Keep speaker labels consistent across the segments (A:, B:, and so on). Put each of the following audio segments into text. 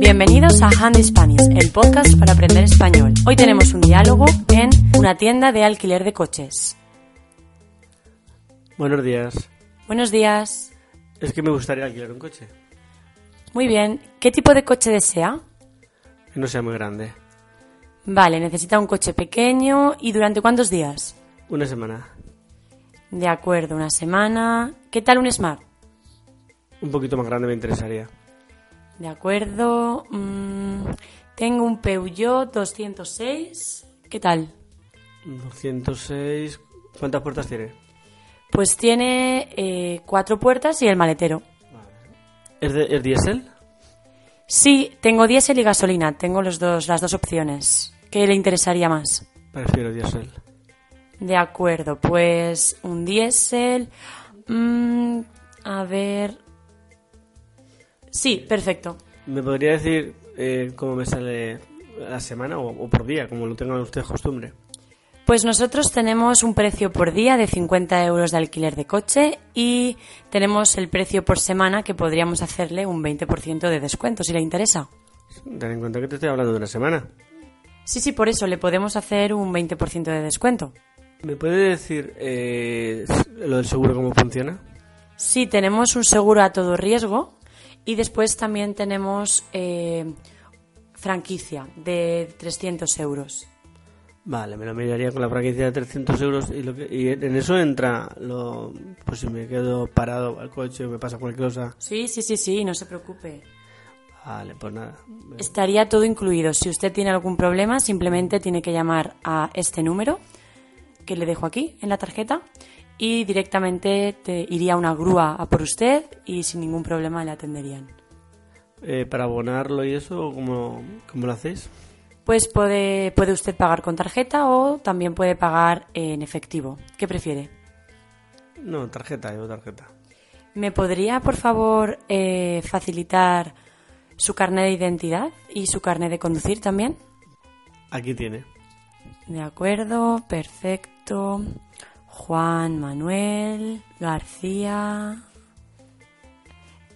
A: Bienvenidos a Hand Spanish, el podcast para aprender español. Hoy tenemos un diálogo en una tienda de alquiler de coches.
B: Buenos días.
A: Buenos días.
B: Es que me gustaría alquilar un coche.
A: Muy bien. ¿Qué tipo de coche desea?
B: Que no sea muy grande.
A: Vale, necesita un coche pequeño. ¿Y durante cuántos días?
B: Una semana.
A: De acuerdo, una semana. ¿Qué tal un Smart?
B: Un poquito más grande me interesaría.
A: De acuerdo. Mm, tengo un Peugeot 206. ¿Qué tal?
B: 206. ¿Cuántas puertas tiene?
A: Pues tiene eh, cuatro puertas y el maletero.
B: ¿Es, de, es diésel?
A: Sí, tengo diésel y gasolina. Tengo los dos, las dos opciones. ¿Qué le interesaría más?
B: Prefiero diésel.
A: De acuerdo, pues un diésel. Mm, a ver. Sí, perfecto.
B: ¿Me podría decir eh, cómo me sale a la semana o, o por día, como lo tengan ustedes costumbre?
A: Pues nosotros tenemos un precio por día de 50 euros de alquiler de coche y tenemos el precio por semana que podríamos hacerle un 20% de descuento si le interesa.
B: Ten en cuenta que te estoy hablando de una semana.
A: Sí, sí, por eso le podemos hacer un 20% de descuento.
B: ¿Me puede decir eh, lo del seguro cómo funciona?
A: Sí, tenemos un seguro a todo riesgo y después también tenemos eh, franquicia de 300 euros.
B: Vale, me lo miraría con la franquicia de 300 euros y, lo que- y en eso entra lo... Pues si me quedo parado al coche o me pasa cualquier cosa.
A: Sí, sí, sí, sí, no se preocupe.
B: Vale, pues nada. me-
A: Estaría todo incluido. Si usted tiene algún problema, simplemente tiene que llamar a este número que le dejo aquí en la tarjeta y directamente te iría una grúa a por usted y sin ningún problema le atenderían.
B: eh, ¿Para abonarlo y eso cómo, cómo lo hacéis?
A: Pues puede, puede usted pagar con tarjeta o también puede pagar en efectivo. ¿Qué prefiere?
B: No, tarjeta, yo tarjeta.
A: ¿Me podría, por favor, eh, facilitar su carnet de identidad y su carnet de conducir también?
B: Aquí tiene.
A: De acuerdo, perfecto. Juan Manuel García.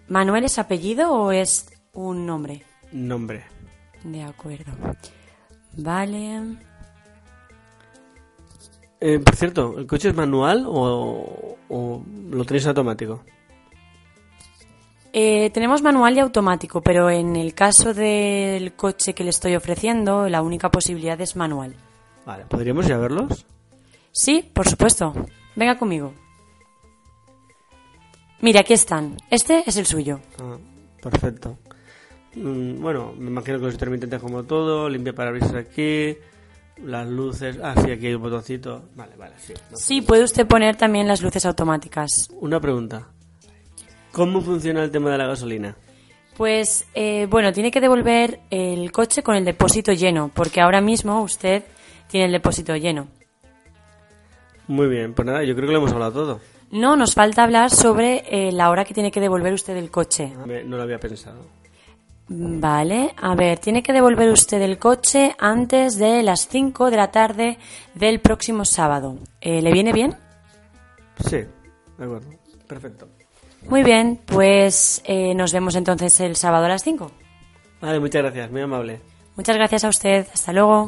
A: ¿Manuel es apellido o es un nombre?
B: Nombre.
A: De acuerdo. Vale.
B: Eh, por cierto, ¿el coche es manual o, o lo tenéis automático?
A: Eh, tenemos manual y automático, pero en el caso del coche que le estoy ofreciendo, la única posibilidad es manual.
B: Vale, ¿podríamos ir a verlos?
A: Sí, por supuesto. Venga conmigo. Mira, aquí están. Este es el suyo.
B: Ah, perfecto. Mm, bueno, me imagino que los intermitentes como todo, limpia parabrisas aquí, las luces... Ah, sí, aquí hay un botoncito. Vale, vale, sí. no.
A: Sí, puede usted poner también las luces automáticas.
B: Una pregunta. ¿Cómo funciona el tema de la gasolina?
A: Pues eh, bueno, tiene que devolver el coche con el depósito lleno, porque ahora mismo usted tiene el depósito lleno.
B: Muy bien, pues nada, yo creo que lo hemos hablado todo.
A: No, nos falta hablar sobre eh, la hora que tiene que devolver usted el coche.
B: Me- no lo había pensado.
A: Vale, a ver, tiene que devolver usted el coche antes de las 5 de la tarde del próximo sábado. Eh, ¿Le viene bien?
B: Sí, de acuerdo. Perfecto.
A: Muy bien, pues eh, nos vemos entonces el sábado a las 5.
B: Vale, muchas gracias, muy amable.
A: Muchas gracias a usted, hasta luego.